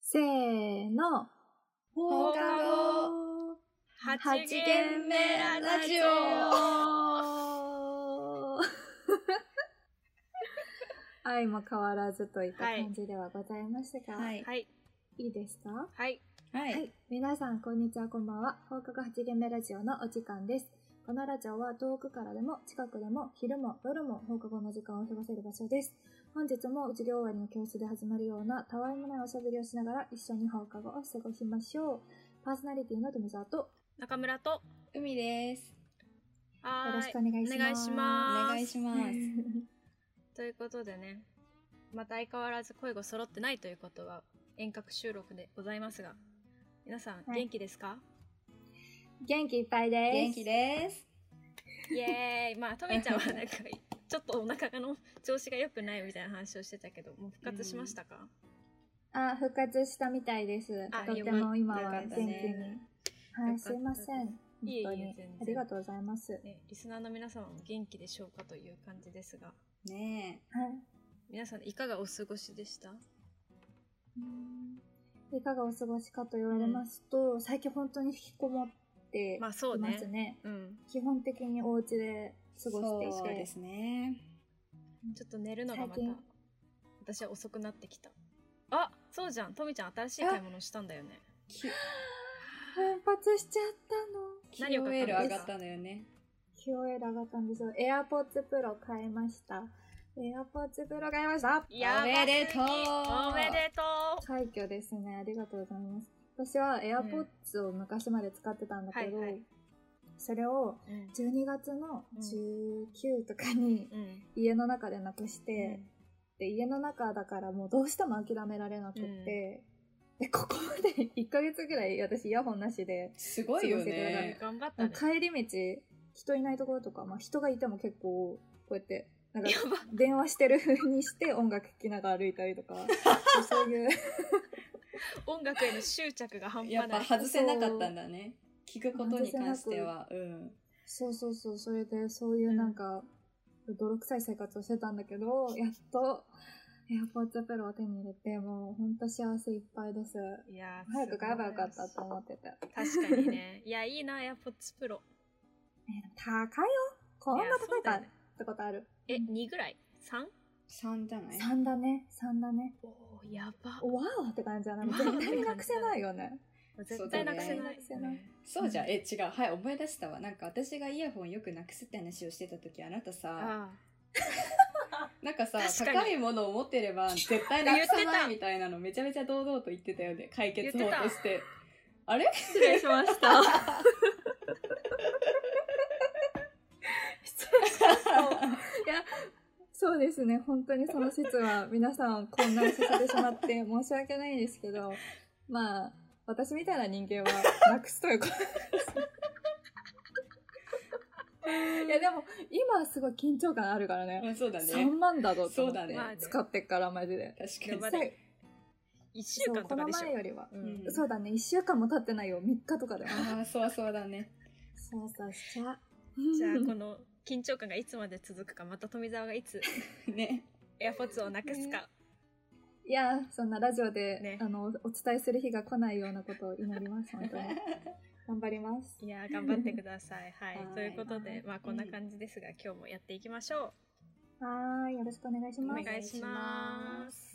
せーの。放課後八軒目ラジオ愛も変わらずといったはい感じではございましたが、、はいい。はいいですかははいはい。い。皆さん、こんにちは、こんばんは。放課後八軒目ラジオのお時間です。このラジオは遠くからでも近くでも昼も夜も放課後の時間を過ごせる場所です。本日も授業終わりの教室で始まるようなたわいもないおしゃべりをしながら一緒に放課後を過ごしましょう。パーソナリティの富澤と中村と海です。はーよろしくお願いします。お願いしおま願いします。ということでねまた相変わらず声が揃ってないということは遠隔収録でございますが皆さんはい元気ですか、元気いっぱいです。元気です。イエーイまあとめちゃんはなんかちょっとお腹の調子が良くないみたいな話をしてたけどもう復活しましたか、あ、復活したみたいです。あとっても今よかはっ元た気に。ねはよい、かったすいません。本当いえいえに全然ありがとうございます。はい。ね、リスナーの皆様も元気でしょうかという感じですがね皆さんいかがお過ごしでしたいかがお過ごしかと言われますと、最近本当に引きこもっていままあすそうねね。うん基本的にお家でえ。過ごしていて。そうですね。ちょっと寝るのがまた最近私は遅くなってきたあそうじゃんとみちゃん新しい買い物したんだよねき奮発しちゃったの。何を買った QOL の上がったのよね。 QOL 上がったんですよ。AirPods Pro 買いました。AirPods Pro 買いました。やばすぎおめでとうおめでとう快挙ですね。ありがとうございます。私は AirPods を昔まで使ってたんだけど、はいはいそれをうん12月の19とかにうん家の中でなくして、うんで家の中だからもうどうしても諦められなくって、でここまで 1ヶ月ぐらい私イヤホンなしで、すごいよね。頑張ったね帰り道人いないところとか、まあ、人がいても結構こうやってなんかやば電話してる風にして音楽聴きながら歩いたり とかそういう。音楽への執着が半や端っなぱい外せなかったんだね。聞くことに関しては。うん。そうそうそう、それでそういうなんか、泥臭い生活をしてたんだけど、やっと、エアポーツプロを手に入れて、もうほんと幸せいっぱいです。いやー早く買えばよかった素と思ってた。え晴らしい確かにねいやいいな AirPods Pro 高いよこんないや高いそうだかよっねてことある。え2ぐらい 3? 三じゃない。 3だね、3だね。おおやばおわおって感じじゃないわおって絶感じだね対なくせないよね。絶対なくせない絶対なくせないそうじゃん。え、違う。はい、思い出したわ。なんか私がイヤホンよくなくすって話をしてた時、あなたさ、あなんかさ、確かに高いものを持って れば絶対なく言さってなたいみたいなのめちゃめちゃ堂々と言ってたよね。解決言法ってたとして。あれ失礼しました 失礼しました。いや、そうですね。本当にその説は皆さんを混乱させてしまって申し訳ないですけど、まあ、私みたいな人間はなくすということです。いやでも今はすごい緊張感あるからね。 うんそうだね。 3万だぞと思そうだってね使ってっからマジで。確まかに。そだう1週間ことかのでし前ょよりは。ううんんそうだね。1週間も経ってないよ。3日とかでも。ああ、そうそうだね。 そうそうしち ゃう。じゃあこの緊張感がいつまで続くかまた富澤がいつね。エアポッツをなくすか、いやーそんなラジオで、ねあのおお伝えする日が来ないようなことを祈ります本当に頑張ります いやー頑張ってくださ いはいはいということでまあん。こんな感じですが、今日もやっていきましょはーいよろしくお願いしうおます願いします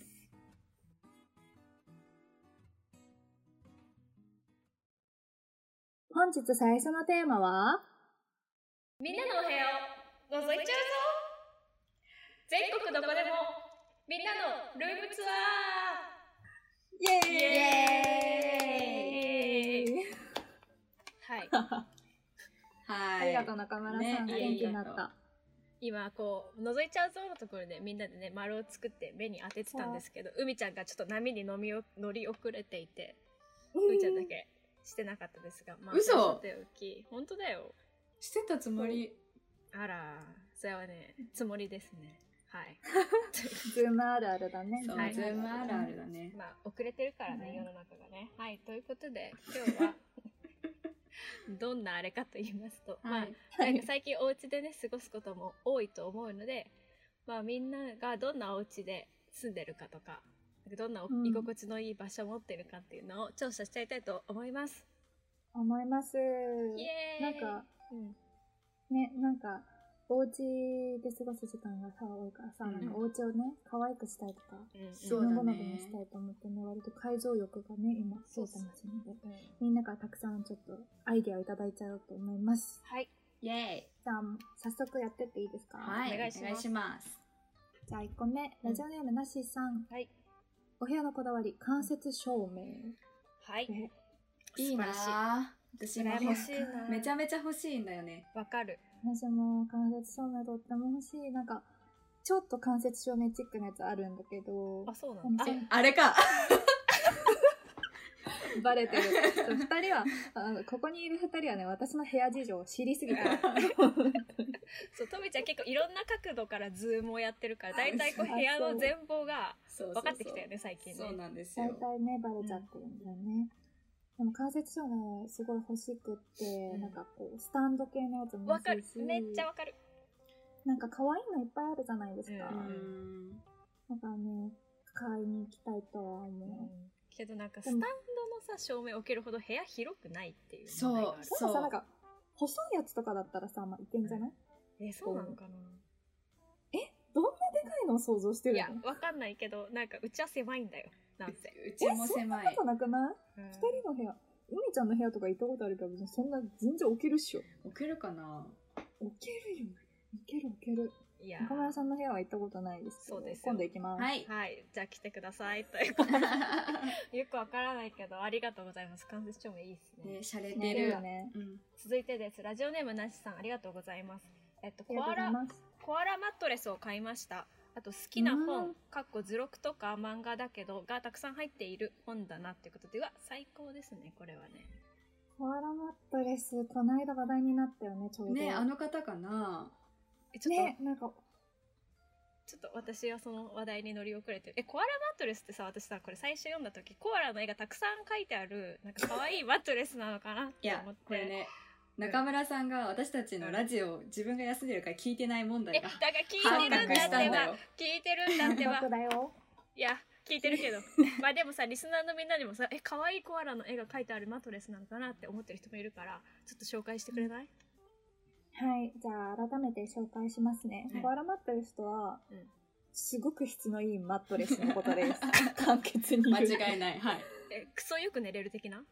本日最初のテーマはすみんなのお部屋を覗いちゃうぞ全国どこでもみんなのルームツアイエーーイエーイイはいはあい。りがとう中村さん、ね元気になっありた今こう覗いちゃうぞのところでみんなでね丸を作って目に当ててたんです けど海ちゃんがちょっと波に飲みを乗り遅れていて海ちゃんだけしてなかったですが、まあ、嘘さておき本当だよしてたつもり。あらそれはねつもりですねはいズームあるあるだねそう、はいズームあるあるだね。まあ遅れてるからね、ね世の中がねはいということで今日 はどんなあれかと言いますと、まあはい。なんか最近お家でね過ごすことも多いと思うので、まあ、みんながどんなお家で住んでるかとかどんなおうん居心地のいい場所を持ってるかっていうのを調査しちゃいたいと思います。思います。イエなーんイか、うん、ね、なんか、お家で過ごす時間がさ、多いからさ、うんなんかお家をね、可愛くしたいとか、うん、そうだねの好みにしたいと思ってね、割と改造欲がね、今、そそううそかうもしれない。うんみんなからたくさんちょっとアイデアをいただいちゃおうと思います。はい、イエじゃあ、早速やってっていいですかーイはい、お願お願いいししますます。じゃあ1個目、ラジオネームなしさん。はい、お部屋のこだわり、間接照明。はい、ねいいな素晴らしぁ。私い。も羨ましいな。めちゃめちゃ欲しいんだよね。わかる。私も間接照明とっても欲しい。なんか、ちょっと間接照明チックなやつあるんだけどあ、、そうなんだ。ああれか。バレてる。そう二人はあの、ここにいる二人はね、私の部屋事情を知りすぎ てる。そう、とみちゃん結構いろんな角度からズームをやってるから、だいたいこうあ部屋のそう全貌がそうそうそ分うかってきたよね、最近ね。そうなんです大よ。体ね、バレちゃってるんだよね。でも間接照明すごい欲しくって、んなんかこう、スタンド系のやつもわ欲かるしい。し、めっちゃわかる。なんか可愛いのいっぱいあるじゃないですか。ううなんん。だからね、買いに行きたいとは思けどなんかスタでンもドのさ照明を置けるほど部屋広くないっていうそう問題があるう。でもさ、なんか、細いやつとかだったらさ、まあ、いけんじゃない、えそうなのかなどんなでかいのを想像しているのやわかんないけどなんかうちは狭いんだよなんせ、うちも狭なんいか。なくないうん二人の部屋。うみちゃんの部屋とか行ったことあるけど、別にそんな全然置けるっしょ。置けるかな置けるよ。置ける置ける。いや中村さんの部屋は行ったことないですけど。そうですよ今度行きます。はい。はいじゃあ来てくださいという ことでよくわからないけどありがとうございます間接照明いいですねね、洒落ねていいるよ。ね。うん。続いてですラジオネームなしさんありがとうございますえっとあコりがとうごアざいラます。コアラマットレスを買いましたあと好きなう本んかっこ図録とか漫画だけどがたくさん入っている本だなっていうことでは最高ですねこれはねコアラマットレス、この間話題になったよね、ちょうど。ね、あの方かなえちょっと、ね、なんか、ちょっと私はその話題に乗り遅れてるえコアラマットレスってさ私さこれ最初読んだ時コアラの絵がたくさん描いてあるなんか可愛いマットレスなのかなっいてや思って、これね、中村さんが私たちのラジオ、自分が休んでるから聞いてない問え題だがか。ら聞いてるんだしってば聞いてるんだったんだよ。てば僕だよ。いや聞いてるけどまあでもさリスナーのみんなにもさえ可愛いコアラの絵が描いてあるマットレスなのかなって思ってる人もいるからちょっと紹介してくれない、はい、じゃあ改めて紹介しますね。はいコアラマットレスとは、うんすごく質のいいマットレスのことです。簡潔に言う間と違いな い。はい。えクソよく寝れる的な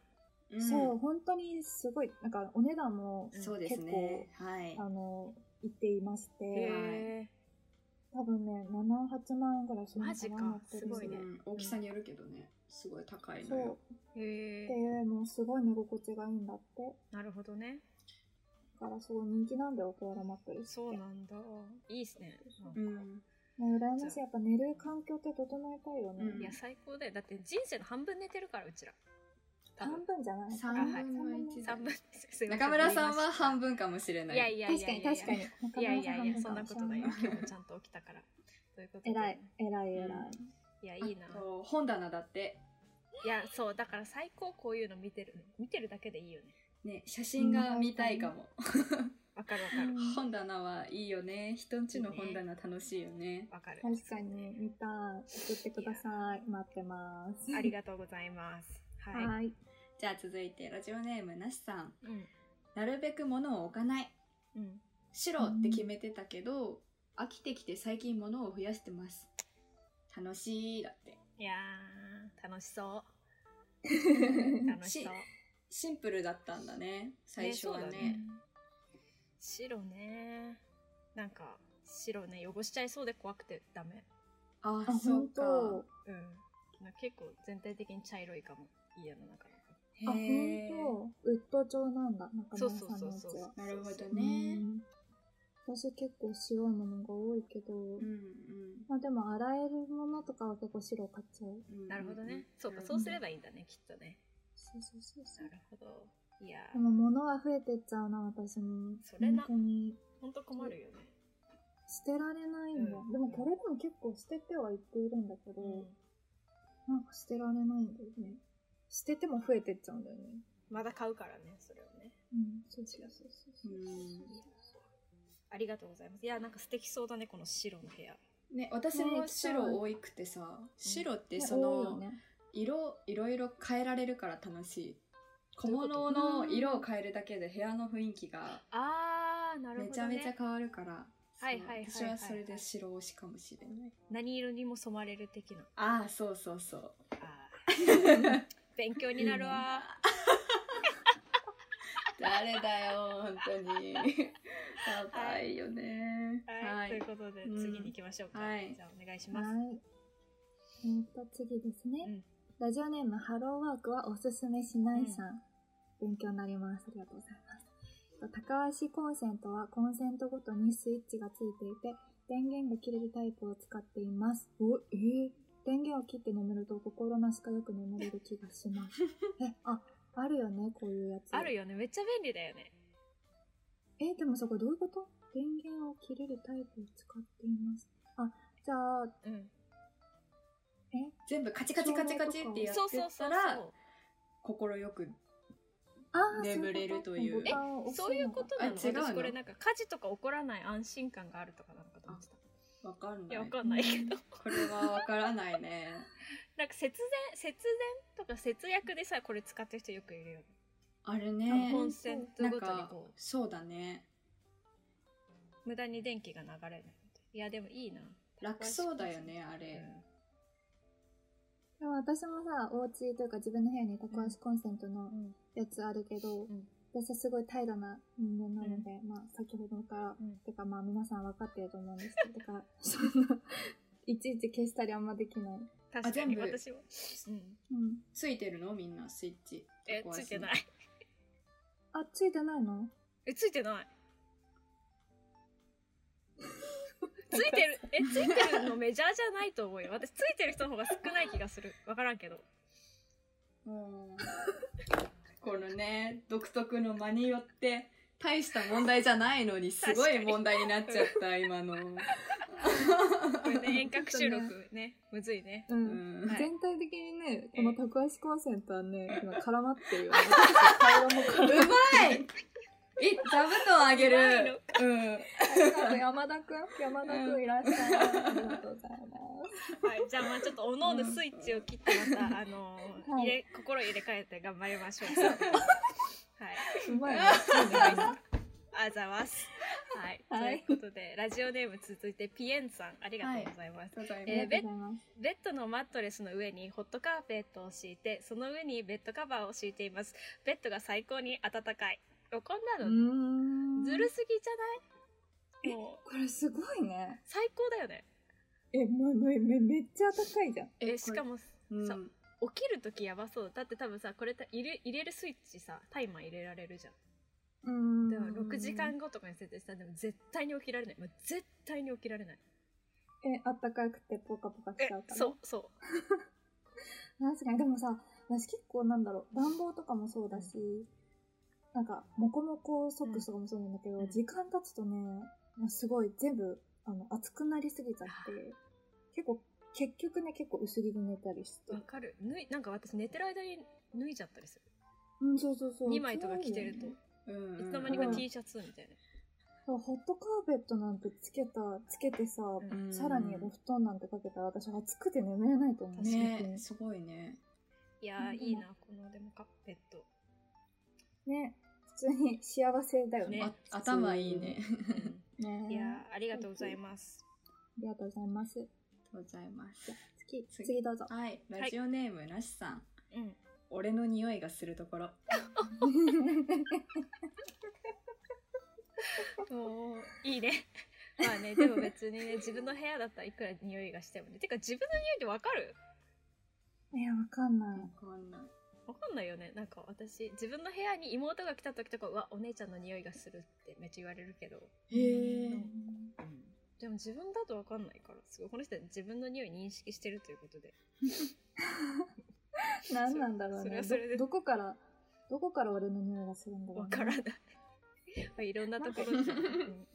うんそう、本当にすごい、なんかお値段もそうですね。はい。あの、言っていまして、へ多分ね、7、8万円ぐらいしますマジかすごいねうん大きさによるけどね、すごい高いのそよ。えへう。えで、もうすごい寝心地がいいんだって。なるほどねだからすごい人気なんだよ、コアラマットレスって。そうなんだいいっすねなんかうん。ね羨ましい。やっぱ寝る環境って整えたいよね。うんいや最高だよだって人生の半分寝てるからうちら多分半分じゃない三分の一だ三分ですいませ中村さんは言い半分かもしれまなしたい。いやいやい確やかに確かに。いやいやいやそんなことないよよ。今日もちゃんと起きたからということで偉い、偉い、偉い。いやいいなあと本棚だって、いやそうだから最高こういうの見てるの見てるだけでいいよねね、写真が見たいかも。わかるわかるうん 本棚はいいよね。人んちの本棚楽しいよね。わかる確かに、見たい。送ってください。待ってます。ありがとうございますはい、はい。じゃあ続いてラジオネームなしさん。うんなるべく物を置かない。うん白って決めてたけど、飽きてきて最近物を増やしてます。楽しいだって。いやー楽しそう楽しそうシンプルだったんだね。最初はね。ねそうだね白ねなんか白ね汚しちゃいそうで怖くてダメああ、そ本うか。当。うんなんか結構全体的に茶色いかも家の中のあ、へー本当。ウッド調なんだ。中そう村そうさんそのうやつそうは。なるほどうね。ん私結構白いものが多いけど、うんまあでも洗えるものとかは結構白買っちゃう。うん。なるほどねそうかんそうすればいいんだねきっとねそうそうそうそなうる。ほどいやでも物は増えてっちゃうな、私も。それな本当に。ほんと困るよね捨てられないんだ、うんでもこれでも結構捨ててはいっているんだけど、なんか捨てられないんだよね捨てても増えてっちゃうんだよねまだ買うからねそれをねうんそうそうそうそううんありがとうございますいやなんか素敵そうだねこの白の部屋ね、私ね行もきたい白多くてさ、白ってねそ多いよの、ね色いろいろ変えられるから楽しい小ど物ういうことの色を変えるだけで部屋の雰囲気があーなるめほちど、ゃね、めちゃ変わるから、そうはいはいはいはいはい私はそれで白推しかもしれない何色にも染まれる的なああそうそうそうあ ー勉強になるわ誰だよ本当にやばいよねはい、ということで、うん次に行きましょうか、はいじゃあお願いします、はい。えー、と、次ですね、うんラジオネーム、ハローワークはおすすめしないさん。勉強になります。ありがとうございます。えっと高橋コンセントはコンセントごとにスイッチがついていて、電源が切れるタイプを使っています。お、えー、電源を切って眠ると心なしかよく眠れる気がし ます。え、あ、あるよね、こういうやつ。あるよねめっちゃ便利だよねえーでもそこどういうこと電源を切れるタイプを使っています。あ、じゃあ、うん全部カチカチカチカチってやってそうそうっそたうらそ心よくあー眠れるといそうボタンをう押すのそういうことなのあ違うの私これなんか家事とか起こらない安心感があるとかなのかと思ってたわかんいないやわかんない けどこれはわからないねなんか節電節電とか節約でさこれ使ってる人よくいるよねあれあねコンセントなごんとにかこそうだねう無駄に電気が流れないいやでもいいな楽そうだよねあれ、でも私もさお家というか自分の部屋にタコ足コンセントのうんやつあるけど、ん私はすごい平らな人間なので、まあ先ほどから、うんてかまあ皆さん分かってると思うんですけどだからそんないちいち消したりあんまできない、確かに全部私も、うん、うん、ついてるのみんなスイッチえタコつ足いてないあついてないのえついてない ついてるえついてるのメジャーじゃないと思うよ私ついてる人の方が少ない気がする分からんけどうんこのね独特の間によって大した問題じゃないのにすごい問題になっちゃった今の、これね遠隔収録ねむずいねうん、うんはい全体的にねえこえのタコ足コンセントは ね今絡まってるよね平らも絡まっうまいえ座布団あげうるまいのうんてる 山田くん山田くんいらっしゃいありがとうございます はいじゃあまあちょっとおのおのスイッチを切ってまたあのーはい入れ心入れ替えて頑張りましょうはいすごいね。あざますはい、はいということでラジオネーム続いてピエンさんありがとうございます、ございますえーありがとうございますベッドのマットレスの上にホットカーペットを敷いて、その上にベッドカバーを敷いています。ベッドが最高に暖かい。こんうなの、ーんずるすぎじゃないもこう、れすごいね。最高だよね。え、もうめめめっちゃ高いじゃん。え、しか、も、これうんさ起きるときやばそう。だって多分さ、これた入れ入れるスイッチさ、タイマー入れられるじゃん。うーんでも6時間後とかに設定したら、でも絶対に起きられない。もう絶対に起きられない。え、あったかくてポカポカしえちゃうから。そう、そ確かに。でもさ、私結構なんだろう、暖房とかもそうだし、なんか、モコモコソックスとかもそうなんだけど、うん時間経つとね、すごい全部、あの、熱くなりすぎちゃって、結構、結局ね、結構薄着で寝たりしてう。わ。かる。脱い、なんか私寝てる間に脱いじゃったりする。うん、そうそうそう。 2枚とか着てると。そういよねうんつの間にかうん T シャツみたいな。そうホットカーペットなんてつけた、つけてさ、うんさらにお布団なんてかけたら私暑くて眠れないと思う。ねすごいねいやうー、んいいな、このでもカッペット。ね普通に幸せだよね。ねあ頭いいねねいやー、ありがとうございます。ありがとうございます。ありがとうございます次、次次どうぞ。はいラジオネームなしさん、うん。俺の匂いがするところおーいいね。まあね、でも別にね、 自分の部屋だったらいくら匂いがしてもね。てか、自分の匂いってわかる いや、わかんないわ。かんないわかんないよね。なんか私、自分の部屋に妹が来た時とか、うわ、お姉ちゃんの匂いがするってめっちゃ言われるけど。へえ。でも自分だとわかんないから、すごい。この人は自分の匂い認識してるということで。何なんだろうそれね。はそれでどどこから、どこから俺の匂いがするんだろう、わね。 からない。まあ、いろんなところで、うん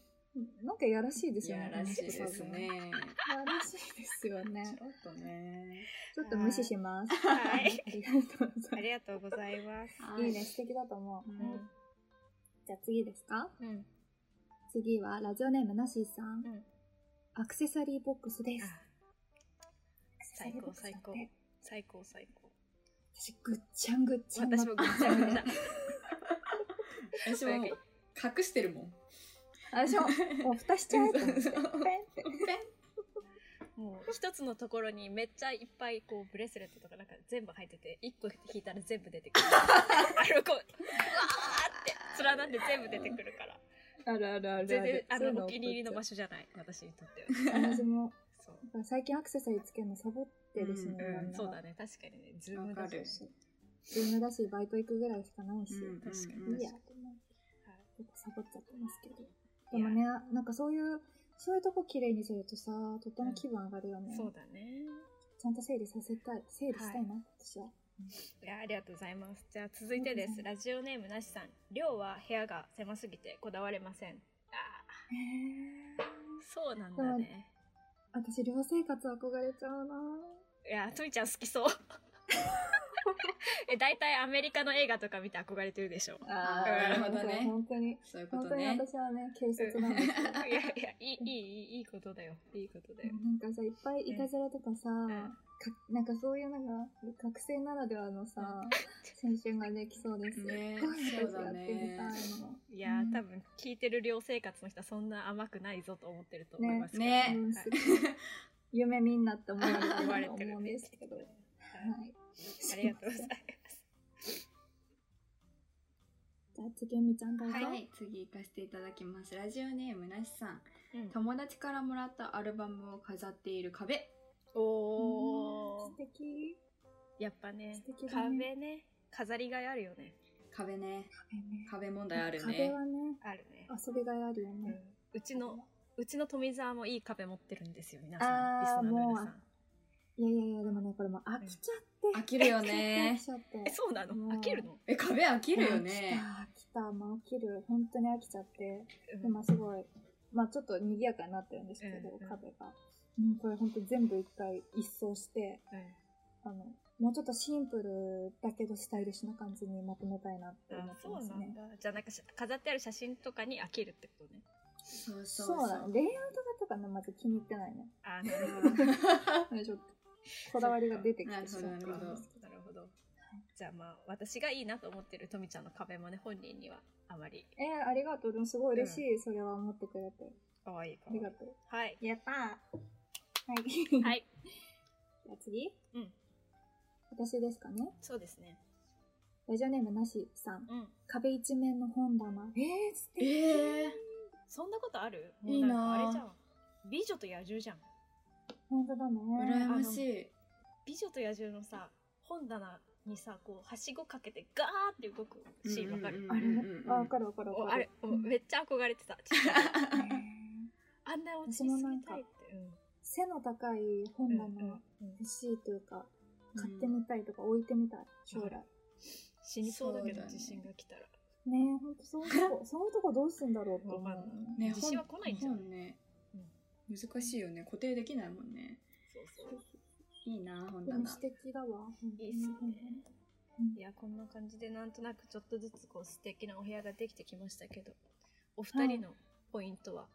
なんかいやらしいですいよやね。らしいですいね。やらしいですよち ね。ょっとね。ちょっと無視します。はいありがとうござ あいりがとうございます。ます。いいね、。素敵だと思う。うんじゃあ次ですかうん。次はラジオネームなしさん。うんアクセサリーボックスです。最高最高ね最高最高私、ぐっちゃんぐっちゃんな。私もぐっちゃぐちゃ私ももう隠してるもん。私も、 もう蓋しちゃえと思って。そペンうってもう一つのところにめっちゃいっぱいこうブレスレットとかなんか全部入ってて一個引いたら全部出てくるあれこううわーって連なって全部出てくるからあるあるあるある。全然あそういうのお気に入りの場所。所じゃない私にとっては私も、そうだから最近アクセサリーつけるのサボってるしね。うんうんみんなそうだね確かにねズームわだかるしズームだし、バイト行くぐらいしかないし。うん確かうんいいや、と思ってはいちょっとサボっちゃってますけど。でもね、なんかそういう、そういうとこ綺麗にするとさ、とっても気分上がるよね。そうだねちゃんと整理させたい、整理したいな、私は。いやありがとうございますじゃあ続いてですラジオネームなしさん寮は部屋が狭すぎてこだわれませんあーへーそうなんだね私、寮生活憧れちゃうないやとみちゃん好きそう え大体アメリカの映画とか見て憧れてるでしょあーなるほどね本当に、そういうこ本と当にね。私はね、軽率うなんんいですよ。やいやいいいいいいことだよいいことだよ、なんかさ、いっぱいいたずらとかさ、んかなんかそういうなんか、学生ならではのさ、青春ができそうです。ねすごいそうだね私やってみたいの。いやーうん多分聞いてる寮生活の人はそんな甘くないぞと思ってると思いますけどねはいうんすごい 夢見んなって思われたと思うんですけど。はい。ありがとうございますじゃあ次、みちゃんどうぞ。はい、次行かせていただきます。ラジオネームなしさん。うん友達からもらったアルバムを飾っている壁。おうんー素敵。やっぱね素敵だね壁ね飾りがいあるよね壁ね。壁ね。壁問題ある壁ね。はね、あるね遊びがいあるようんね。うちのうちの富澤もいい壁持ってるんですよ皆さんあーリスナーの皆さもんいやいやいや、でもね、これもう飽きちゃって。飽きるよ 飽ねき。ちゃって。えそうなのもう飽きるのえ、壁飽きるよいやね。飽きた、飽きた、もう飽きる。本当に飽きちゃって。うん今すごい、まあちょっと賑やかになってるんですけうど、んうん壁が。うん、これ本当全部一回一掃して、うんあの、もうちょっとシンプルだけどスタイリッシュな感じにまとめたいなって思あってそうますなんね。だじゃあなんかし飾ってある写真とかに飽きるってことねそうそそううそう。な の。レイアウトがとかね、まず気に入ってないね。あーなるほどなるちょっと、こだわりが出てきてしまってなるほどますけど。ほどじゃあまあ私がいいなと思ってるとみちゃんの壁もね本人にはあまりえー、ありがとう。でもすごい嬉しい。それは思ってくれて。可愛いかありがとう。はいやったーはい。ははい。い じゃあ次うん。私ですかね。そうですねラジオネームなしさん。うん壁一面の本棚。えー、素敵。ええそんなことあるいいなもうあんかあれじゃん美女と野獣じゃん本当だね。羨ましい。美女と野獣のさ本棚にさこうはしごかけてガーって動くシーンわかる、あれうんうんうんあ、わかるわかるおわあかれる。おうんめっちゃ憧れてたちっちゃいえ時ーあんなお家に住みたいって背の高い本うん棚うんうん欲しいというか、買ってみたいとか置いてみたい、将来。死にそうだけそうどだね地震が来たらねえ、ほんとそういうとこ、そういうとこどうすんだろうって思うよわかんね。ね、自信は来ないんじゃん本ね、難しいよね。固定できないもんね。そうそういいな、本でも棚。素敵だわ。いいっすねうんいやこんな感じでなんとなくちょっとずつこう素敵なお部屋ができてきましたけどお二人のポイントは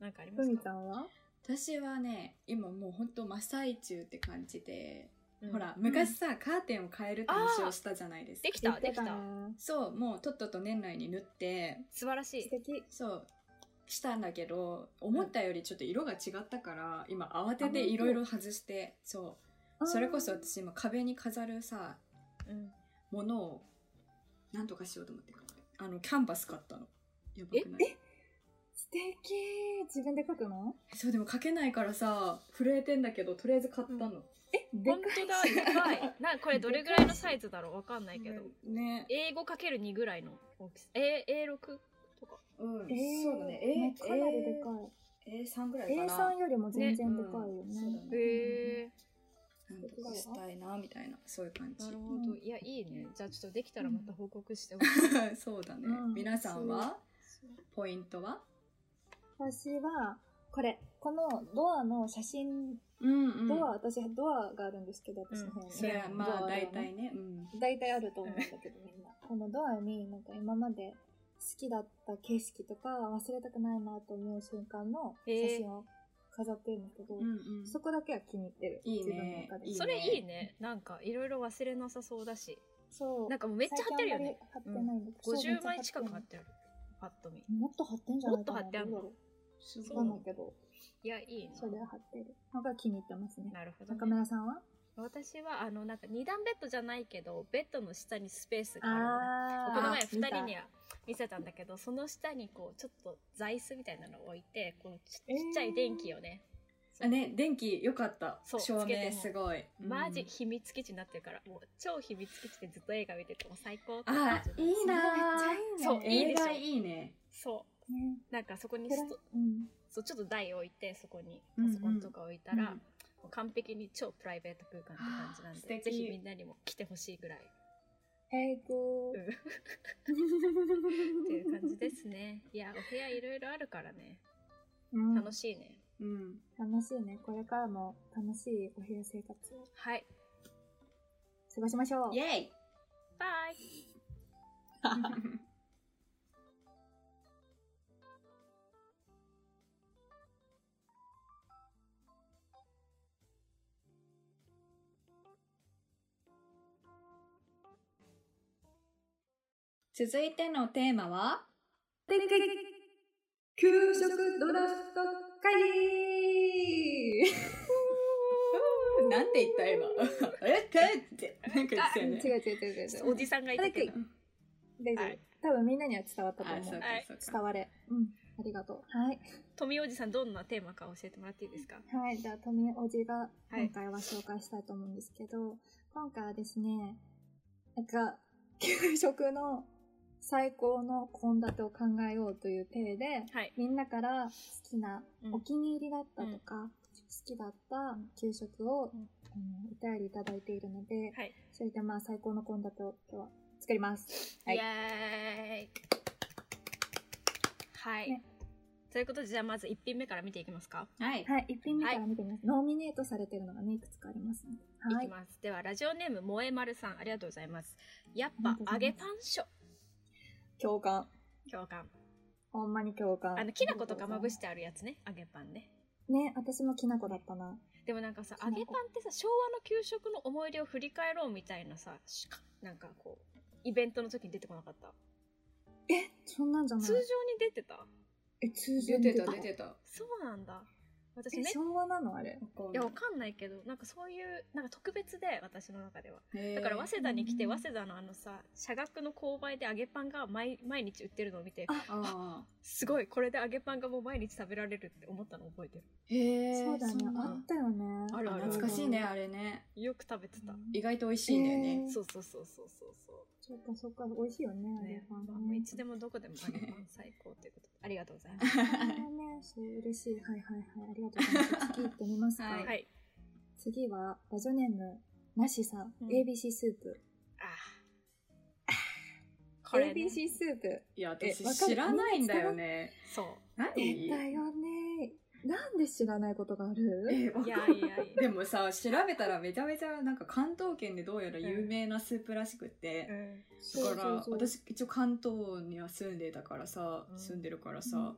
何かありまふすみかち、ゃんは私はね、今もう本当真っ最中って感じで、うんほら、昔さ、カーテンを変えるって話をしたじゃないですかで。きた言でってきたねそう、もうとっとと年内に塗って、素晴らしい素敵。そう、したんだけど、思ったよりちょっと色が違ったから、今慌てていろいろ外して、そあう、ーそれこそ私今壁に飾るさ、うんものを、なんとかしようと思って、あの、キャンバス買ったの。やばくない素敵自分で書くのそうでも書けないからさ震えてんだけどとりあえず買ったの、で本当だでかいなこれどれぐらいのサイズだろうわかんないけど、ね英語かける2ぐらいの大きさ A A6 とかうんえー、そうだねもう A かなりでか A 3ぐらい。いかな A3 よりも全然でかいよねうんそうだね。ねへえなんとかしたいなみたいなそういう感じなるほほどどいやいいねじゃあちょっとできたらまた報告してほしい、 そうだね、うん皆さんはそうポイントは私は、これ、このドアの写真、うんうドア、私ドアがあるんですけど、私の部屋に。それはまあドアがね大体ねうん大体あると思うんだけどみんな。このドアになんか今まで好きだった景色とか忘れたくないなと思う瞬間の写真を飾ってるんですけど、うんうんそこだけは気に入ってる。いいね自分の中で。いいねそれいいね。 なんか、いろいろ忘れなさそうだし。そう。なんかもうめっちゃ貼ってるよね。最近あんまり貼ってないんですそうめっ50ちゃ貼枚近く貼っっててある。パッと見。る。もっと貼ってんじゃないかな。もっと貼ってあんのどうすだろうわかごいんないけど、いや、いいな。それは貼ってる。のが気に入ってますね。なるほど、中ね。村さんは私は、あの、なんか二段ベッドじゃないけど、ベッドの下にスペースがあるのねあこの前見2た人には見せたんだけどその下にこうちょっと座椅子みたいなのを置いてこうちえーちっちゃい電気をね、あね、電気良かった。そう照つけて明もすごい。うんマジ秘密基地になってるからもう超秘密基地でずっと映画見ててもう最高って感あじ、でいいなそうーいい映でしょ画いいね。そうねなんかそこに暗スいトうんそうちょっと台置いてそこにうんうんパソコンとか置いたら、うんもう完璧に超プライベート空間って感じなんあー素で敵ぜひみんなにも来てほしいぐらいえーとうんっていう感じですねいやお部屋いろいろあるからね うん楽しいね、うん。楽しいね。これからも楽しいお部屋生活をはい過ごしましょうイ。ェイバイ 続いてのテーマはでででで給食ドラフト会議なんて言った今。 えってなんか違う言ってたよね。違う違う違う。おじさんがいたけど大丈夫はい多分みんなには伝わったとあ、思そううか。はいそう伝か。われ。うん。ありがとう。はい。富おじさんどんなテーマか教えてもらっていいですかはい、じゃあ、とみおじがはい今回は紹介したいと思うんですけど、今回はですね、なんか、 給食の最高の献立を考えようという体で、はいみんなから好きな、うんお気に入りだったとか、好きだった給食を、うんあのお便りいただいているので、はいそれでまあ最高の献立を今日は作ります。はいイエーイはい、ねということでじゃあまず1品目から見ていきますか、、はい。はい、一品目から見てみます。ノミネートされているのがね、いくつかありますので。はいいき。ますではラジオネーム萌え丸さんありがとうございますやっありがぱとうございます揚げパンショ共感。共感ほんまに共感。。あのきな粉とかまぶしててあるやつね揚げパンねね、私もきな粉だったな。でもなんかさきな揚粉げパンってさ昭和の給食の思い出を振り返ろうみたいなさしかなんかこうイベントの時に出てこなかったえ、そんなんじゃない通常に出てたえ、通常出にてた出てた。そうなんだ私え、ね昭和なのあれ。いやわかんないけどなんかそういうなんか特別で私の中ではへーだから早稲田に来てうん早稲田のあのさ社学の購買で揚げパンが毎毎日売ってるのを見てああすごいこれで揚げパンがもう毎日食べられるって思ったの覚えてーへーそうだねん。なあったよね。あるある懐かしいね、あれね。るよく食べてた、うん意外と美味しいんだよへねー。そうそうそうそうそうそそうか、そうか、美味しいよね。うねあれはねまあもういつでもどこでも揚げパン最高ということでありがとうございまあすれはね、そう、嬉しい。はいはいはい。ありがとうございます。次行ってみますか。はいはい次は、ラジオネーム、なしさん、うん ABC スープ。あ ーこれ、ね、 ABC スープ。いや、えわ私かる知らないんだよね。そうえ何だよね。なんで知らないことがあるえ、わいやかいやいやでもさ、調べたらめちゃめちゃなんか関東圏でどうやら有名なスープらしくって。うんだからそうそうそう私一応関東には住んでたからさ、うん住んでるからさ、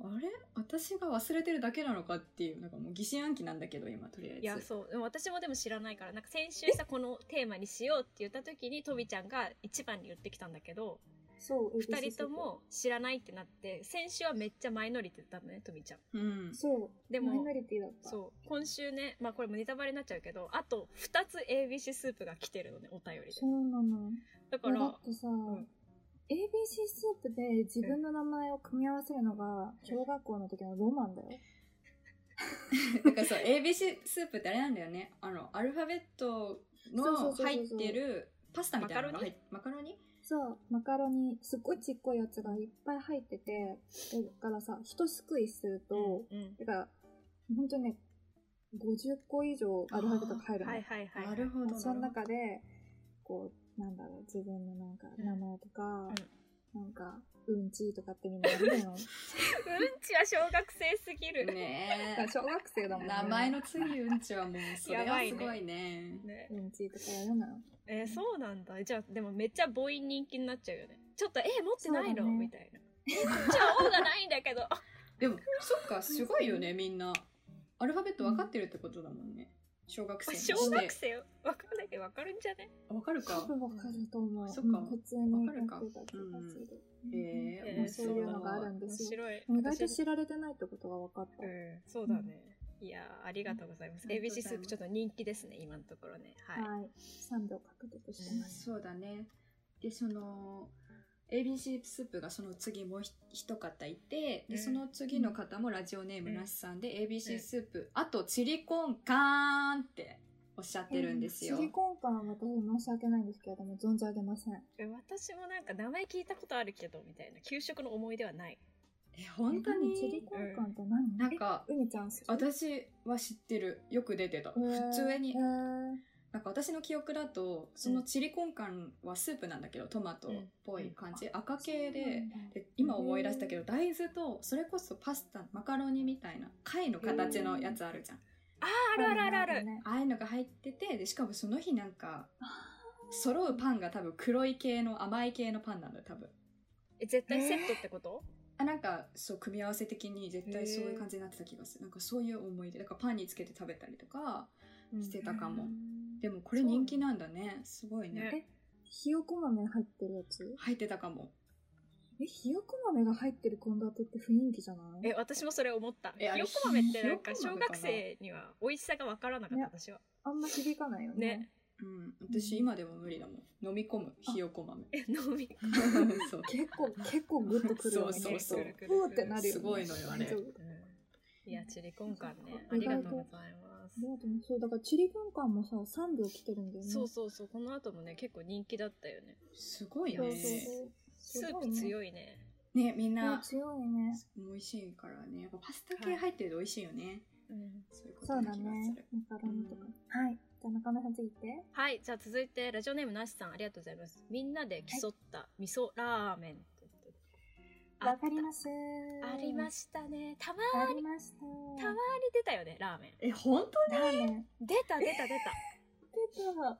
あれ私が忘れてるだけなのかっていうなんかもう疑心暗鬼なんだけど今とりあえずいやそうでも私もでも知らないからなんか先週さこのテーマにしようって言った時にとびちゃんが一番に言ってきたんだけどそう、ABC 2人とも知らないってなって先週はめっちゃマイノリティだったのねとみちゃんうん スープ。そう。でもマイノリティだった。そう今週ねまあこれもネタバレになっちゃうけどあと2つ ABC スープが来てるのねお便りでそうなの。だかいやだらってさ、ん ABC スープで自分の名前を組み合わせるのが小学校の時のロマンだよ。なんかそう ABC スープってあれなんだよねあのアルファベッそうトそうそうのそう入ってるパスタみたいなのが入っマカロニそう、マカロニ、すっごいちっこいやつがいっぱい入ってて、だからさ、一すくいすると、うんだから、本当にね、50個以上アルファベットが入るの。はいはいはいなるほどなるほどその中で、こう、なんだろう、自分のなんかうん名前とか、なんか、うんちとかってみんなやるのよ。うんちは小学生すぎる、だねから小学生だもんね。名前のついうんちはもうそれやばはいすねごいねねうんちとかやるのよ。えーそうなんだじゃあでもめっちゃ母音人気になっちゃうよねちょっとえー持ってないそうだの、ねみたいなじゃあ「お」がないんだけどでもそっかすごいよねみんなアルファベット分かってるってことだもんね。小学生にして。小学生わかんないけどわかるんじゃねわかる多か。分わかると思う。そっかうん普通にわかるかやってた気がするへえうん面そう白いいうのがあるんで面すよ。白い。意外と私知られてないってことが分かった。うん、そうだね。いやーありがとうございます。ありがとうござ ABC いますスープちょっと人気ですね、今のところね。はい。はい。3秒獲得してうんます。そうだね。で、その、ABC スープがその次もうひ一方いて、うんで、その次の方もラジオネームなしさんで、ABC スープ、あとチリコンカーンっておっしゃってるんですよシ。リコンパンは私申し訳ないんですけれども、存じ上げません。私もなんか名前聞いたことあるけど、みたいな。給食の思い出はない。え、本当何チリにコンパンって何なんか、うみちゃん好き私は知ってる。よく出てた。えー普通にえ。ーなんか私の記憶だと、そのチリコンカンはスープなんだけど、トマトっぽい感じ。赤系で、で今思い出したけど大豆とそれこそパスタマカロニみたいな貝の形のやつあるじゃん、あー、あるあるあるある。ねああいうのが入っててでしかもその日なんか揃うパンが多分黒い系の甘い系のパンなんだよ多分え絶対セットってこと、あなんかそう組み合わせ的に絶対そういう感じになってた気がするなんかそういう思い出だからパンにつけて食べたりとかしてたかも、でもこれ人気なんだねすごいねねひよこ豆入ってるやつ入ってたかもえ、ひよこ豆が入ってる献立って雰囲気じゃないえ、私もそれ思った。ひえあれよこ豆ってなんかひよ小こ豆か学な生には美味しさがわからなかった、ね私は。あんま響かないよねね。うん私今でも無理だもん飲み込むひよ こ豆え、飲みそう結構、結構グッとくるよね。 そうそうそう結構ふーってなるよね。すごいのよあれそううんいや、チリコンカンね。あそうりがとうございます。そうでもそう、だからチリ軍艦もさ、3秒来てるんだよね。そうそうそう、この後もね、結構人気だったよね。すごいそうねそうそう。スすーごいプね強いね。ねみんねな強いね。美味しいからねやっぱパスタ系入ってると美味しいよね、そういうことそうなだ気がすねる。マカロニとか。はい。じゃあ中村さん次行って。はい、じゃあ続いて、ラジオネームなしさん、ありがとうございます。みんなで競った味噌ラーメン。あ。わかりますす。ありましたね。たまあーりに、ました。たまーに出たよね、ラーメン。え本ラーメン。出た、出た、出た。出た。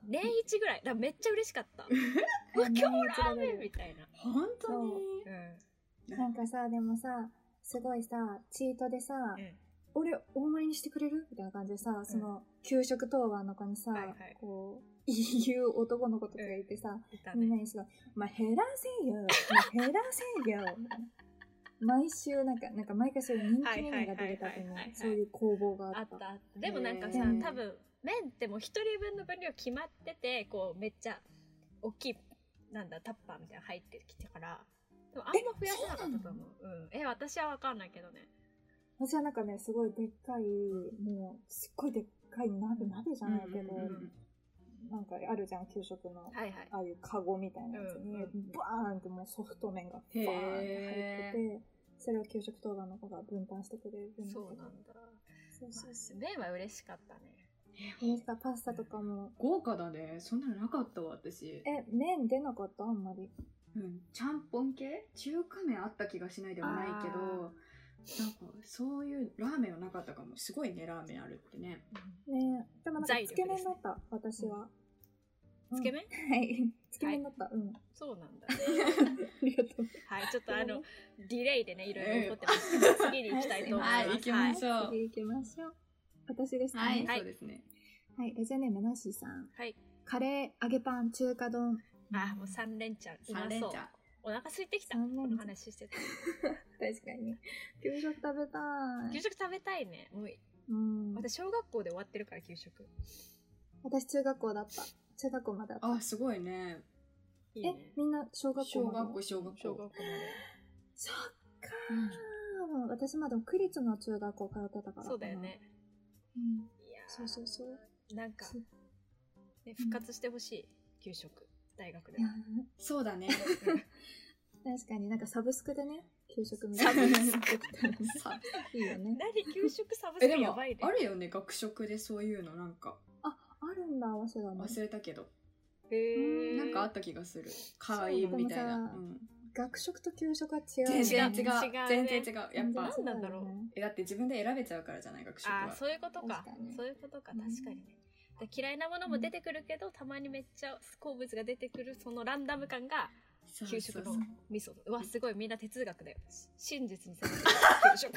年一ぐらい。だからめっちゃ嬉し かった。ううわ、わ今日ラーメンみみたいな。当本当にうん。なんかさ、でもさ、すごいさ、チートでさ、うん俺、大盛りにしてくれるみたいな感じでさ、その、給食当番の子にさ、はいはいこう、 言う男の子とかいてさ、出たみんなね。にさ、まあ、減らせよ、まあ、減らせよ、みたいな。毎週、なんか、なんか毎回そういう人気メニューが出てたと思はういはいはいはいはい。そういう攻防がああっ。ったたあった。でもなんかさ、ね多分、麺ってもう一人分の分量決まってて、こう、めっちゃ、大きい、なんだ、タッパーみたいなの入ってきたから、でもあんま増やさなかったと思う。うん。え、私はわかんないけどね。私はなんかね、すごいでっかい、もう、すっごいでっかい鍋、鍋じゃないけど、うんうんうんなんかあるじゃん、給食の。はいはい。ああいうカゴみたいなやつに、うんうんバーンってもうソフト麺がバーンって入ってて、それを給食当番の子が分担してくれるんだけどそうなんだ。そうそうそう。麺は嬉しかったね。えさ、パスタとかも、豪華だねそんなのなかったわ私え、麺出なかったあんまり。うんちゃんぽん系中華麺あった気がしないでもないけどあなんかそういうラーメンはなかったかもすごいねラーメンあるってねねえでもなんか財つ力け麺ですだねった、私は。つけ麺うんはい。つけ麺だった、うん。 あそうなんだね。りがとう。はい、ちょっとあの、ディレイでね、いろいろ起こってますけど、次に行きたいと思います。はい行きましょう次行きましょう。私ですね。はい、はい。はいそうですねラジオネームなしさん。はい。カレー、揚げパン、中華丼。あー、もう三連チャン。うま三連そうチ。ャンお腹空いてきた。こ三連チャンの話してた。確かに。給食食べた給い。食食べたいね。もう、うん。私、小学校で終わってるから、給食。私中学校だった中学校まであったあすごいねいいえね。みんな小学校小ま学で校小学小学校校まで。そっかー私までも区立の中学校通ってたからかなそうだよね。うんいやーそうそうそうなんか、そうね、復活してほしい。給食。大学でいや。そうだね確かになんかサブスクでね給食みたサいなブのス できたらねさいいよね何給食サブえスでクやもばいねあ。るよね学食でそういうのなんかあるんだ早稲田に忘れたけどへーなんかあった気がする。可愛いみたいな。そううでん学食と給食は違う全然よ違うね。違う全ね然違う。やっぱ全。然なんだろうえ、だって自分で選べちゃうからじゃない、学食あはー。そういうことか確かにそういうことかうん確かにね、だから嫌いなものも出てくるけど、たまにめっちゃ好物が出てくるそのランダム感がそう給食そのうそう 味噌うわすごいみんな哲学だよし真実にさ給食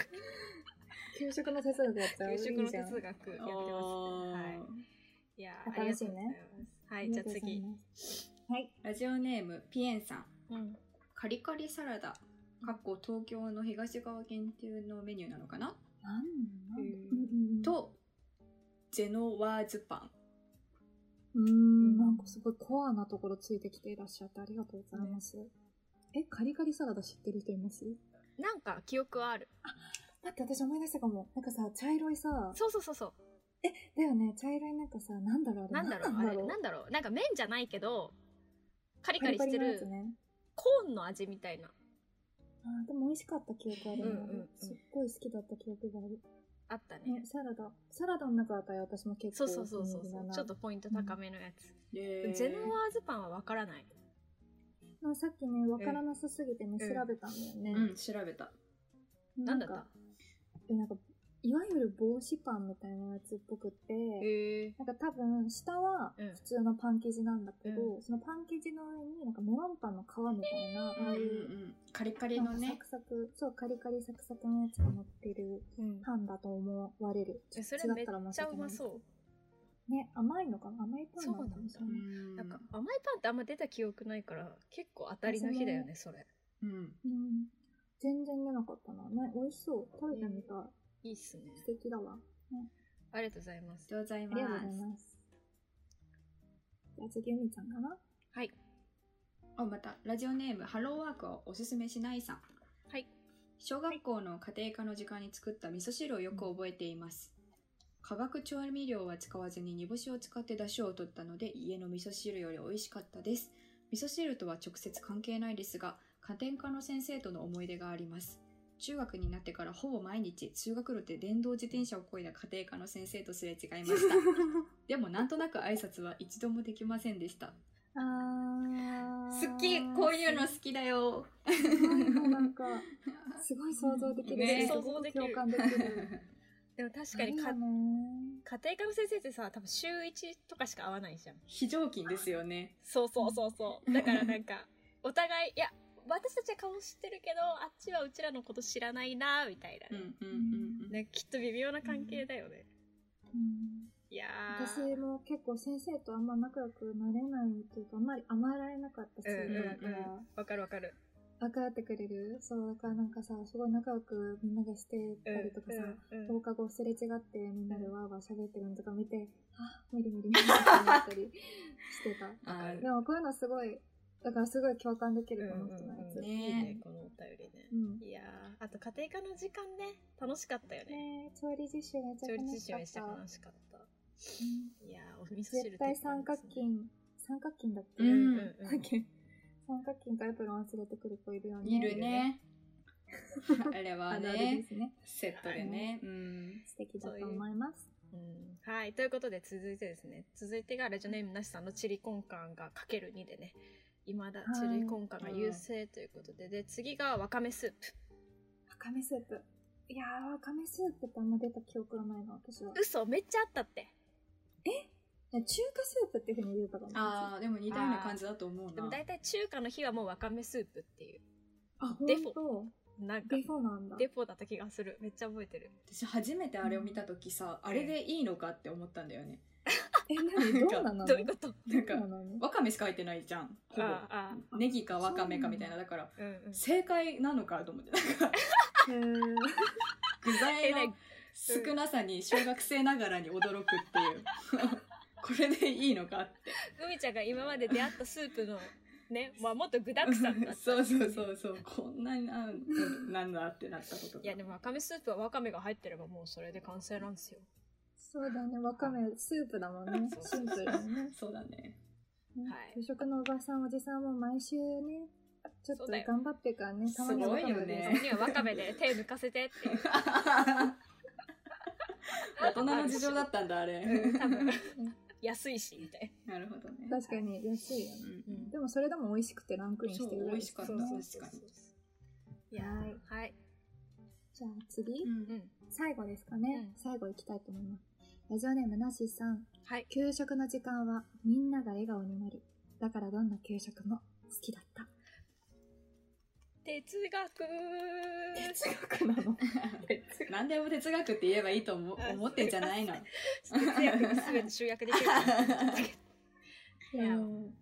給食の哲学やったらい給いじゃん食の哲学やってますね。はあーい。いやあー、あ楽りがしというございねます。はあい、りじがゃあとうござい次。ますはいラジオネームピエンさんうん。カリカリサラダかっこ東京の東側限定のメニューなのかな、なんうなんんとジェノワーズパンうーんなんかすごいコアなところついてきていらっしゃってありがとうございます、えカリカリサラダ知ってる人いますなんか記憶はある。だって私思い出したかもなんかさ茶色いさそうそうそうそう。だよね茶色いなんかさなんだろうあれなんだろうなあんれなんだろうなんか麺じゃないけどカリカリしてのやつるねコーンの味みたいなあーでも美味しかった記憶あるな、うんうんうんすっごい好きだった記憶がある、あったねね、サラダサラダの中だったら私も結そ構うそうそうそうお気に入りだなちょっとポイント高めのやつでジェノワーズパンはわからないまあさっきねわからなさすぎてね、う調んべたんだよね、うん調べたなんだっかたえなんかいわゆる帽子パンみたいなやつっぽくって、へえなんか多分下はうん普通のパン生地なんだけど、そのパン生地の上になんかメロンパンの皮みたいな、うんああいうんううんカリカリなのんかサねクサクそうカリカリサクサクのやつが乗ってるうんパンだと思われるえそれ違めっったら申しちゃ訳うなまいそね甘いのかな甘いパンなのかもしれうないうんなんか甘いパンってあんま出た記憶ないから結構当たりの日だよねそれうんうん全然出なかったなね美味しそう食べてみたい、いいっすね素敵だわありがとうございますありがとうござあいりがとうまございすますじゃあ次海ちゃんかなはいあまたラジオネームハローワークをおすすめしないさんはい小学校の家庭科の時間に作った味噌汁をよく覚えています、化学調味料は使わずに煮干しを使って出汁を取ったので家の味噌汁より美味しかったです味噌汁とは直接関係ないですが家庭科の先生との思い出があります中学になってからほぼ毎日通学路で電動自転車をこいだ家庭科の先生とすれ違いました でもなんとなく挨拶は一度もできませんでしたあー好きこういうの好きだよ すごいねなんかすごい想像できるし、ねすごく共感できる。でも確かにかあるよね家庭科の先生ってさ多分週1とかしか会わないじゃん非常勤ですよねそうそうそうそう。だからなんか、お互い、いや、私たちは顔知ってるけど、あっちはうちらのこと知らないな、みたいなうんうね。んうんうんなんかきっと微妙な関係だよね。うんいやー。私も結構先生とあんま仲良くなれないというかあんまり甘えられなかった生徒だから、うんうんわかるわかる。分かってくれるそうだからなんかさすごい仲良くみんなでしてたうんりとかさ、うんうん放課後すれ違ってみんなでわーわー喋ってるのとか見て、あ無理無理無理って思ったりしてたあでもこういうのすごいだからすごい共感できるこの人のやつ、うんうんうんねいいね、このお便りねう。んいやー、あと家庭科の時間ね、楽しかったよね。ねえ調理実習めちゃ調理楽し実習かっめっちゃた。楽しかった。いやー、お味噌汁絶対三角鉄板ですね。筋、三角筋だっけ、ううんんうんだうっん。け三角筋とエプロン忘れてくる子いるよね。いるね。 あれはあるあるでね、すね。セットでね。うん。素敵だと思います。うんはい。ということで、続いてですね。続いてが、ラジオネームなしさんのチリコンカンがかける2でね。いまだチリコンカンが優勢ということで。で、次がわかめスーわかめスープ。いやー、わかめスープってあんま出た記憶がないな、私はプ。。嘘めっちゃあったって。いや中華スープっていうふうに言うたかも。ああ、でも似たような感じだと思うでもな。大体中華の日はもうわかめスープっていう。あ、ほんデフォと。なんかデ、フォなんだ。デポだった気がする。めっちゃ覚えてる。私初めてあれを見た時さ、あれでいいのかって思ったんだよね。え、なにどうなのどういうことなんかどうなのわかめしか入ってないじゃん。ほあああぼ。ネギかわかめかみたいな。だから、うんうん。正解なのかと思って。なんか、へー具材えの 少なさに小学生ながらに驚くっていう。 これでいいのかって。海ちゃんが今まで出会ったスープの、ね、まあもっと具だくさんだっ た。そうそうそうそう。こんなになんなんだってなったことがいや、でもわかめスープはわかめが入ってればもうそれで完成なんですよ。そうだね、わかめスープだもんね。シンプルだね。そうだね。 ねはい給食のおばさんおじさんも毎週ねちょっとそうだよ頑張ってるからねたまにすごいわかめよねそこにはわかめで手抜かせてっていう。大人の事情だったんだあれ。うん多分安いしみたいなるほどね。確かに安いようねんな、でもそれでも美味しくてランクインしてるそう美味しかったそうそう確かにいやはいーはいじゃあ次、うんうん最後ですかね、うん最後いきたいと思いますラジオネームなしさんはい給食の時間はみんなが笑顔になるだからどんな給食も好きだったで哲学哲学 なの何でも哲学って言えばいいと思あ思ってんじゃないの哲学 に全て集約できるかなと思ったけどいやうん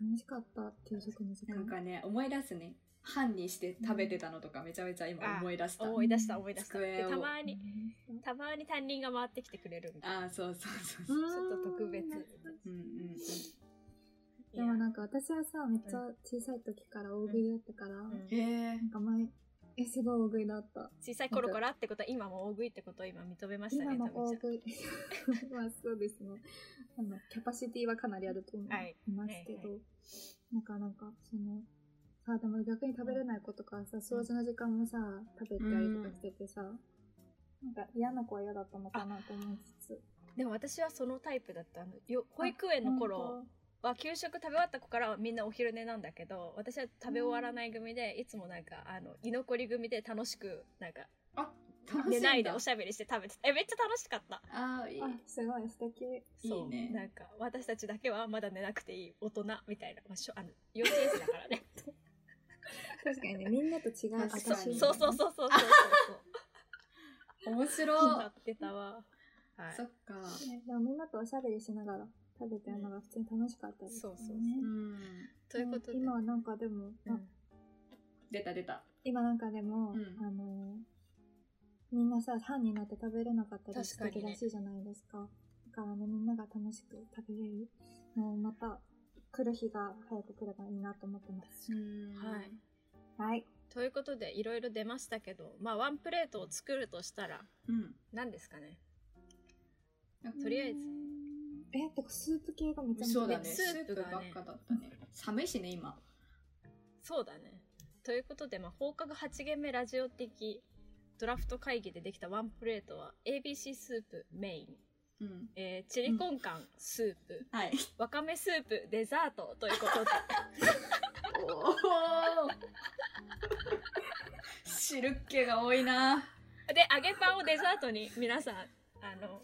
楽しかった給食の時間なんかね思い出すね半にして食べてたのとかめちゃめちゃ今思い出した、ん思い出した思い出した机でをたまうにんたまに担任が回ってきてくれるんでああそうそうそうう、んちょっと特別うんうんいでやもなんか私はさめっちゃ小さい時から大食いだったから、うんうん、へえなんか前えすごい大食いだった小さい頃からってことは今も大食いってことを今認めました今ねもたぶ大ちゃん食い まあそうですねあのキャパシティはかなりあると思はいいますけど、はいはなんかなんかそのさでも逆に食べれない子とかさ掃除の時間もさ食べたりとかしててさ、なんか嫌な子は嫌だったのかなと思いつつでも私はそのタイプだったあのよ保育園の頃は給食食べ終わった子からはみんなお昼寝なんだけど私は食べ終わらない組でいつもなんかあの居残り組で楽しくなんか楽し寝いんないでだおしゃべりして食べてたえめっちゃ楽しかったああいいあすごい素敵そういいねなんか私たちだけはまだ寝なくていい大人みたいな、まあ、しょあの幼稚園生だからね確かにねみんなと違う 確か私にみたいなそうそうそうそ うそうそうそう面そう 白いやってたわはいそっかねでもみんなとおしゃべりしながら食べてるのが普通に楽しかったですよねそうそううそんということで、ん今はなんかでも、うあん出た出た今なんかでも、うんあのみんなさ班になって食べれなかったりし確かてにねるらしいじゃないですかだからねみんなが楽しく食べれるもうまた来る日が早く来ればいいなと思ってますはいはいということでいろいろ出ましたけどまあワンプレートを作るとしたらうん何ですかねとりあえずえってかスープ系がめちゃめちゃそうだねススーーププがばねっかだったね寒いしね今そうだねということで、まあ、放課後8限目ラジオ的ドラフト会議でできたワンプレートは ABC スープメイン、うんえーチリコンカンスープ、はいわかめスープデザートということでおお汁っ気が多いなで揚げパンをデザートに皆さんあの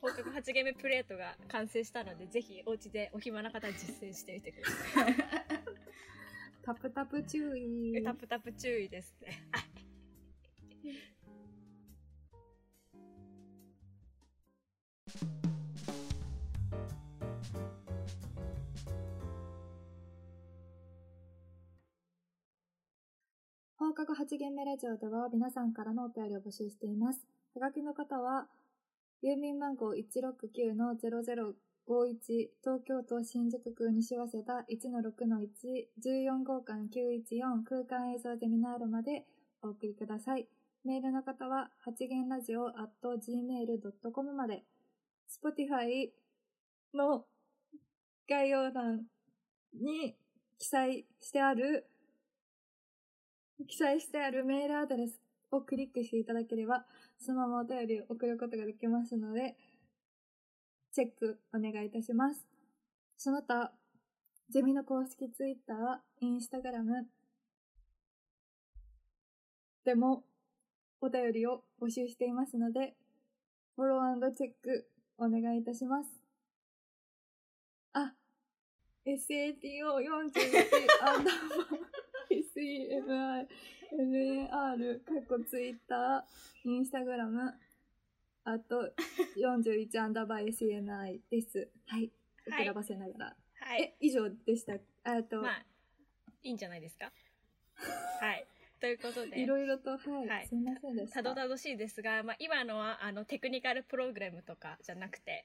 放課後8限目プレートが完成したのでぜひお家でお暇な方は実践してみてくださいタプタプ注意タプタプ注意ですね。放課後8限目ラジオでは皆さんからのお便りを募集しています。はがきの方は、郵便番号169の0051、東京都新宿区西早稲田1の6の1、14号館914空間映像ゼミナールまでお送りください。メールの方は、8限ラジオ at gmail.com まで、Spotify の概要欄に記載してある記載してあるメールアドレスをクリックしていただければ、そのままお便りを送ることができますので、チェックお願いいたします。その他、ゼミの公式ツイッター、インスタグラムでもお便りを募集していますので、フォローチェックお願いいたします。あ、SATO41 アンダーバー SEMI、NAR、過去ツイッター、インスタグラム、あと41アンダーバー SEMI です。はい。はい選ばせながら。はえ、以上でした。あと、まあ、いいんじゃないですか。はい。ということでい、ろいろと、はい、はいすいませんでした。たどたどしいですが、まあ、今のはあのテクニカルプログラムとかじゃなくて、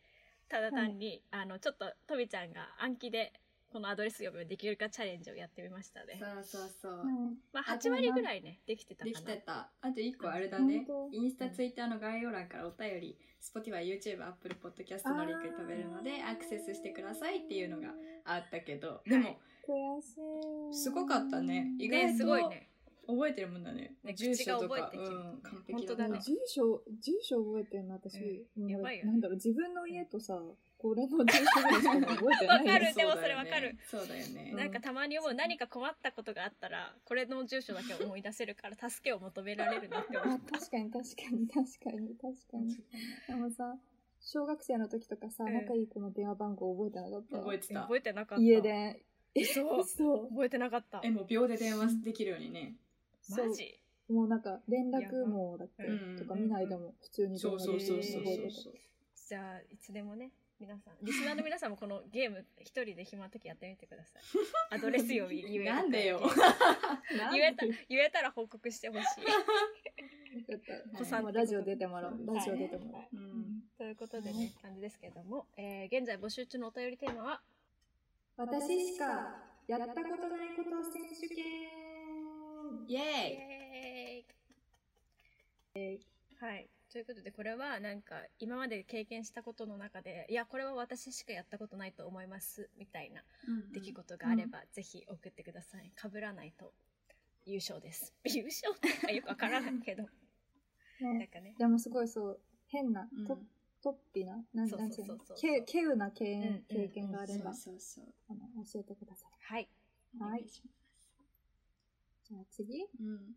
ただ単に、あのちょっととびちゃんが暗記でこのアドレス読みをできるかチャレンジをやってみましたねそ。うそうそうはいまあ、あ8割ぐらいね、できてたかでなき。てたあと一個あれだね本当インスタツイッターの概要欄からお便り Spotify、YouTube、Apple Podcast のリンクに飛べるのであーアクセスしてくださいっていうのがあったけどでも悔しい。すごかったね意外とね、すごいね。覚えてるもんだねね住所と口がか覚えてきてるうん完璧だ本当っただね住所、住所覚えてるの私、うんやばいよねなんだろう、自分の家とさ、これの住所ぐらいしか覚えてないわかるよでもそれわかるそうだよねうんなんかたまに思う何か困ったことがあったらこれの住所だけ思い出せるから助けを求められるなって思うあ確かに確かに確かに確かに。でもさ、小学生の時とかさ、うん仲いい子の電話番号覚えてなかった。覚えてた覚えてなかった家でそうそう覚えてなかったえもう秒で電話できるようにねそうマジもうなんか連絡網だっけやばうんとか見ないでも普通に電そう話そでうきそうるそう動いそうてそうじゃあいつでもね皆さんリスナーの皆さんもこのゲーム一人で暇な時やってみてください アドレス呼び言えるなんでよた言え た 言えたら報告 してほしいよかった子さんもうラジオ出てもらおうそうラジオ出でてもらおうはいうんということではいね感じですけども、えー現在募集中のお便りテーマは私しかやったことないこと選手権イエイエーイはいということでこれはなんか今まで経験したことの中でいやこれは私しかやったことないと思いますみたいなーイ出来事があれば、ぜひ送ってくださいかぶらないと優勝です 優勝ってかよくわからないけどなんねかねでもすごいそう変なうんと突飛ななんそうなんてそういうそうのそうけ稀有な経うんう験ん経験があればあそうそうそうの教えてくださはいいはお願いしまじゃあ次すうん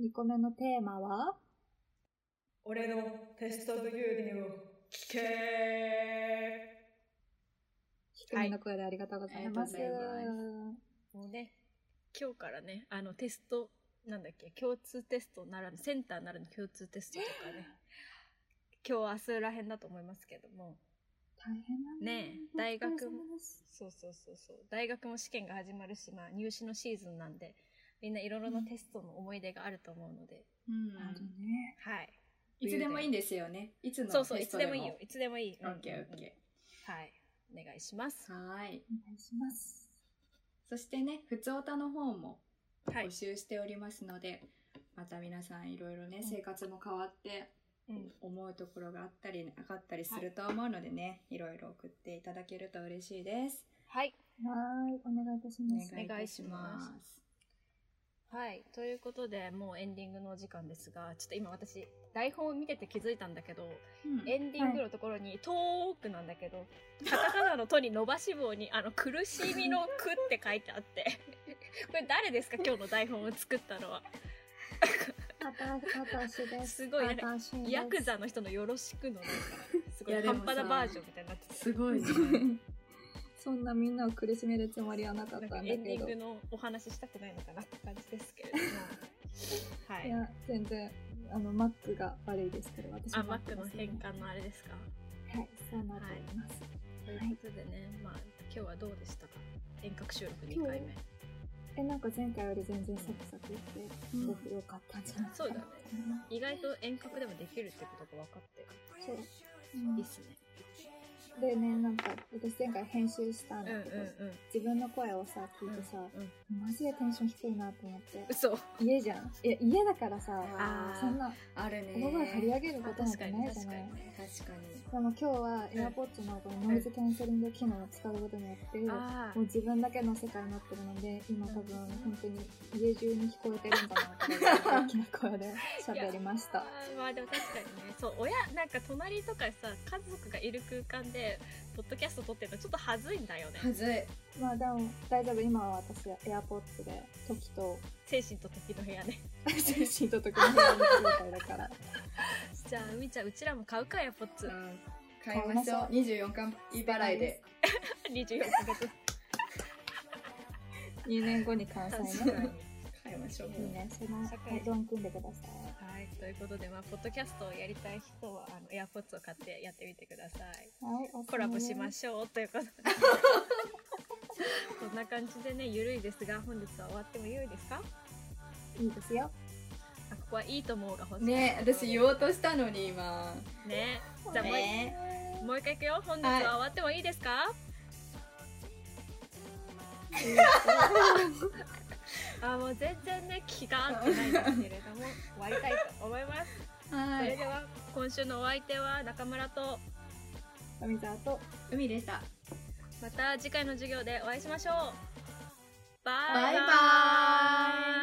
2個目のテーマは俺のテスト牛乳を聞け低めの声でありがとうございます。ありがとうございもうね今日からねあのテストなんだっけ共通テストならぬセンターならぬ共通テストとかね今日明日らへんだと思いますけども大変なんだねえ大学お疲もれ様ですそうそうそうそう大学も試験が始まるし、まあ、入試のシーズンなんでみんないろいろなテストの思い出があると思うので、うんあるね。はいいつでもいいんですよねいつのそうそうテいスつトででももいいよいつでもいいオッケーオッケーはいお願いしますーはーいお願いします。そしてねふつおたの方もはい募、集しておりますので、また皆さんいろいろね生活も変わってうん、思うところがあったりなかったりすると思うのでね、い、ろいろ送っていただけると嬉しいですはいはーい、お願いいたしおま願いいす。たしますはいということでもうエンディングのお時間ですがちょっと今私台本を見てて気づいたんだけどうんエンディングのところに遠くなんだけど、カタカナの「と」に伸ばし棒に「あの苦しみの苦」って書いてあって これ誰ですか今日の台本を作ったのは私、私です。すごいなんか私ですヤクザの人の「よろしく」のなんかすごいいやでも半さ端なバージョンみたいになっててすごいねそんなみんなを苦しめるつもりはなかっなんたかんエだンけディど。ングいのお話ししたくないのかなって感じですけれ どもはいや、全然、あの、マックが悪いですけど、私あもマックのですね変換のあれですかはい、そうなっております。ということでねまあ今日はどうでしたか遠隔収録2回目え、なんか前回より全然サクサクして、すごく良かったんじゃないかそうだなね意外と遠隔でもできるってことが分かってそう。うんいいっすねでね、なんか、私前回編集したんだけど、うんうん自分の声をさ、聞いてさ、うんマジでテンション低いなと思って。嘘家じゃん。いや、家だからさ、あーそんな、 あるね大声張り上げることなん確てかにないじ確ゃかなにい。確かにでも今日は AirPods のこのノイズキャンセリング機能を使うことによって、もあう自分だけの世界になってるので、今多分本当に家中に聞こえてるんだなって大きな声で喋りましあた。まあでも確かにねそう親なんか隣とかさ家族がいる空間でポッドキャスト撮ってるのちょっと恥ずいんだよねはずいまあでも大丈夫、今は私 AirPods で時と精神と敵の部屋ね精神と時の部屋の状態だから。じゃあみーちゃんうちらも買うかやポッツうん買いましょう買24巻払いで24ヶ月2年後に完 済確ね。かに買いましょういいね、その社会アイドン組んでください。はいということでまあポッドキャストをやりたい人はあのエアポッツを買ってやってみてくださいはい、お疲れ様ですコラボしましょうという ことでこんな感じでねゆるいですが本日は終わってもよいですかいいですよ。あここはいいと思うが欲しいね私言うおうとしたのに今ねじゃあもう,、ねもう一回いくよ本日は終わってもいいです か、あもう全然ね気が合ってないんですけれども終わりたいと思います、はそれいでは今週のお相手は中村と富澤と海でしたまた次回の授業でお会いしましょうバイババイバイーイ